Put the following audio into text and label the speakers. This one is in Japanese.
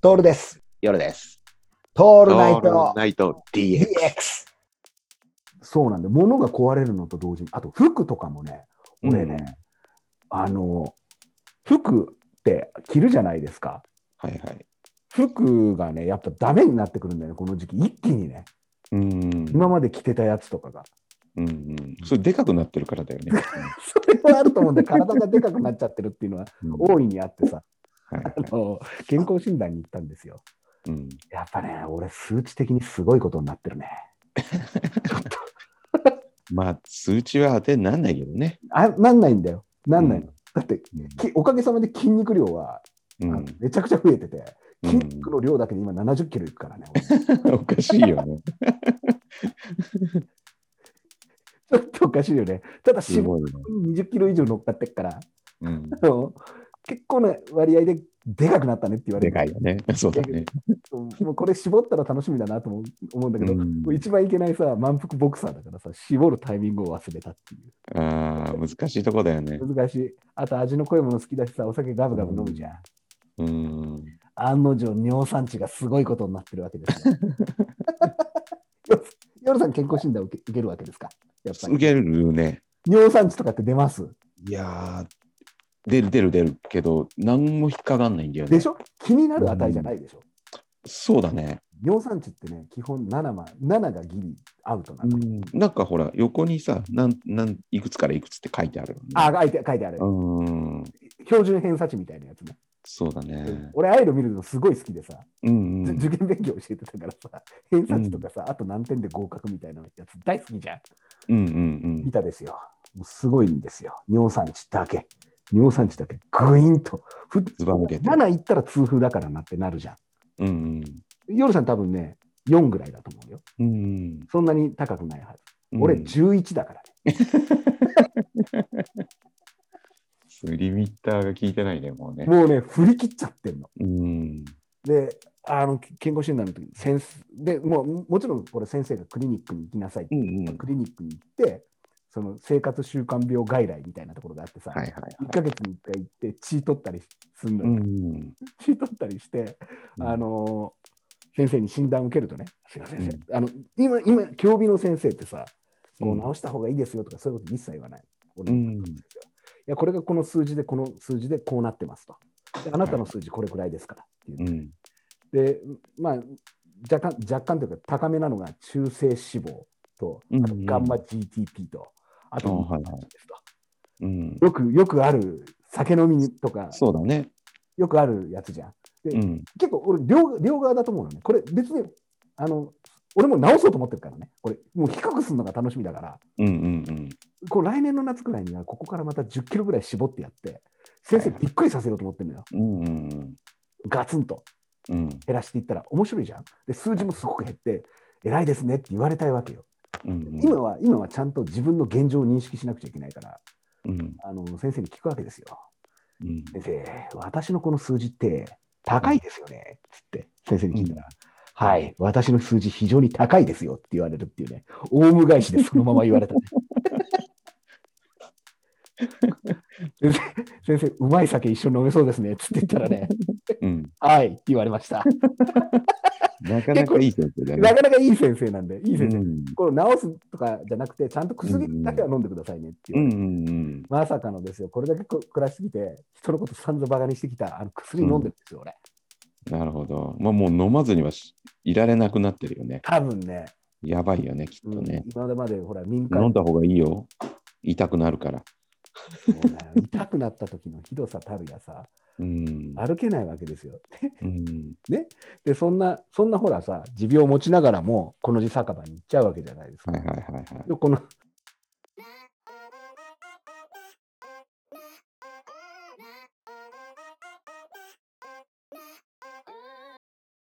Speaker 1: トールです。
Speaker 2: 夜です。
Speaker 1: ト
Speaker 2: オ
Speaker 1: ールナイト
Speaker 2: ナイト
Speaker 1: DX。
Speaker 2: DX。
Speaker 1: そうなんで、物が壊れるのと同時に、あと服とかもね、俺ね、あの、服って着るじゃないですか。
Speaker 2: はいはい。
Speaker 1: 服がね、やっぱダメになってくるんだよね、この時期、一気にね。
Speaker 2: うん。
Speaker 1: 今まで着てたやつとかが。
Speaker 2: うんうん。それでかくなってるからだよね。
Speaker 1: それはあると思うんで、体がでかくなっちゃってるっていうのは
Speaker 2: うん
Speaker 1: 大いにあってさ、
Speaker 2: はいはい。
Speaker 1: あの健康診断に行ったんですよ。
Speaker 2: うん。
Speaker 1: やっぱね、俺、数値的にすごいことになってるね。
Speaker 2: まあ、数値は当てになんないけどね。
Speaker 1: あなんないんだよ。なんないの。
Speaker 2: う
Speaker 1: だってき、おかげさまで筋肉量は、
Speaker 2: うん。
Speaker 1: あの
Speaker 2: うん
Speaker 1: めちゃくちゃ増えてて、
Speaker 2: うん
Speaker 1: 筋肉の量だけで今70キロいくからね。俺
Speaker 2: おかしいよね。
Speaker 1: ちょっとおかしいよね。ただ、
Speaker 2: す
Speaker 1: 脂肪
Speaker 2: ごいね。
Speaker 1: に20キロ以上乗っかってっから、
Speaker 2: うん。
Speaker 1: あの結構な割合ででかくなったねって言われ
Speaker 2: で
Speaker 1: る。
Speaker 2: かいよね。 そうだね。
Speaker 1: もうこれ絞ったら楽しみだなとも思うんだけど、
Speaker 2: うん
Speaker 1: もう一番いけないさ、満腹ボクサーだからさ、絞るタイミングを忘れたってい
Speaker 2: ああ、難しいとこだよね。
Speaker 1: う。難しい。あと味の濃いもの好きだしさ、お酒ガブガブ飲むじゃん。
Speaker 2: うん。
Speaker 1: 案の定、尿酸値がすごいことになってるわけですよ。 夜夜さん、健康診断受け受けるわけですかやっぱ
Speaker 2: 受
Speaker 1: り。
Speaker 2: けるね。
Speaker 1: 尿酸値とかって出ます
Speaker 2: いやー、出る出る出るけど、何も引っかかんないんだよね。
Speaker 1: でしょ気になる値じゃないでしょ、
Speaker 2: そうだね。
Speaker 1: 尿酸値ってね、基本7ま、7がギリアウトな
Speaker 2: う
Speaker 1: の。
Speaker 2: んなんかほら、横にさ、なんなんいくつからいくつって書いてあるよね。
Speaker 1: あ、書いて書いてある。
Speaker 2: うん。
Speaker 1: 標準偏差値みたいなやつね。
Speaker 2: そうだね。
Speaker 1: 俺、ああいうの見るのすごい好きでさ、
Speaker 2: うんう
Speaker 1: じ
Speaker 2: ん。
Speaker 1: 受験勉強教えてたからさ、偏差値とかさ、あと何点で合格みたいなやつ大好きじゃん。
Speaker 2: うんうん
Speaker 1: 見たですよ。もうすごいんですよ。尿酸値だけ。尿酸値だけ。グイーンと。ふ
Speaker 2: ずば抜けて
Speaker 1: 7いったら痛風だからなってなるじゃん。
Speaker 2: うん。うん
Speaker 1: 夜さん多分ね、4ぐらいだと思うよ。
Speaker 2: うん。うん
Speaker 1: そんなに高くないはず。
Speaker 2: うん。
Speaker 1: 俺、11だからね。
Speaker 2: リミッターが効いてないね、もうね。
Speaker 1: もうね、振り切っちゃってんの。
Speaker 2: うん。
Speaker 1: で、あの、健康診断の時に、先生、で、もう、もちろんこれ先生がクリニックに行きなさいって
Speaker 2: う、んうん。
Speaker 1: クリニックに行って、その生活習慣病外来みたいなところがあってさ、
Speaker 2: はいはいは
Speaker 1: 1ヶ月に1回行って血取ったりするのよ、
Speaker 2: い。ん。
Speaker 1: 血 取ったりして、あのー先生に診断を受けるとね、すいません、先生あの今、今、教備の先生ってさ、こう
Speaker 2: うん
Speaker 1: 直した方がいいですよとか、そういうこと一切言わない。俺
Speaker 2: う
Speaker 1: の
Speaker 2: ん。
Speaker 1: 先生はいや、これがこの数字で、この数字でこうなってますと。であなたの数字これくらいですからっていう
Speaker 2: う。ん。
Speaker 1: で、まあ、若干、若干というか、高めなのが中性脂肪と、あ
Speaker 2: うん
Speaker 1: とガンマ GTP と、あと、
Speaker 2: あはいはい
Speaker 1: ですと
Speaker 2: うん。
Speaker 1: よく、よくある酒飲みとか、
Speaker 2: そうだね。
Speaker 1: よくあるやつじゃん。
Speaker 2: うん。
Speaker 1: 結構俺両両側だと思うのね。これ別にあの俺も直そうと思ってるからね。これもう低くするのが楽しみだから、
Speaker 2: うんうんうん。
Speaker 1: こう来年の夏くらいにはここからまた10キロぐらい絞ってやって、先生
Speaker 2: はいはい
Speaker 1: びっくりさせようと思ってるのよ。
Speaker 2: うんうん
Speaker 1: ガツンと
Speaker 2: うん。うん
Speaker 1: 減らしていったら面白いじゃん。で数字もすごく減って偉いですねって言われたいわけよ。
Speaker 2: うんうん。
Speaker 1: 今は今はちゃんと自分の現状を認識しなくちゃいけないから、
Speaker 2: うん
Speaker 1: あの先生に聞くわけですよ。
Speaker 2: うん。
Speaker 1: 先生、私のこの数字って高いですよね、つって先生に聞いたら、はい、私の数字非常に高いですよって言われるっていうね、オウム返しでそのまま言われたね。先生、先生うまい酒一緒に飲めそうですね、つって言ったらね、
Speaker 2: うん。
Speaker 1: はいって言われました。
Speaker 2: なかなかいい先生だ
Speaker 1: な
Speaker 2: ね。
Speaker 1: かなかいい先生なんで、いい先生。
Speaker 2: うん
Speaker 1: これ治すとかじゃなくて、ちゃんと薬だけは飲んでくださいねって
Speaker 2: う
Speaker 1: 言われて
Speaker 2: んうん
Speaker 1: まさかのですよ、これだけこ暮らしすぎて、人のことさんざバカにしてきた、あの薬飲んでるんですよ、俺。
Speaker 2: うん。なるほど。まあもう飲まずにはしいられなくなってるよね。
Speaker 1: 多分ね、
Speaker 2: やばいよね、きっとね。
Speaker 1: 今までほら民間
Speaker 2: 飲んだ方がいいよ。痛くなるから。
Speaker 1: そうだよ痛くなった時のひどさたるやさ
Speaker 2: うん。
Speaker 1: 歩けないわけですよ。
Speaker 2: うん。
Speaker 1: でそんなそんなほらさ持病を持ちながらもこの字酒場に行っちゃうわけじゃないですか。
Speaker 2: はいはいはいはい。
Speaker 1: でこの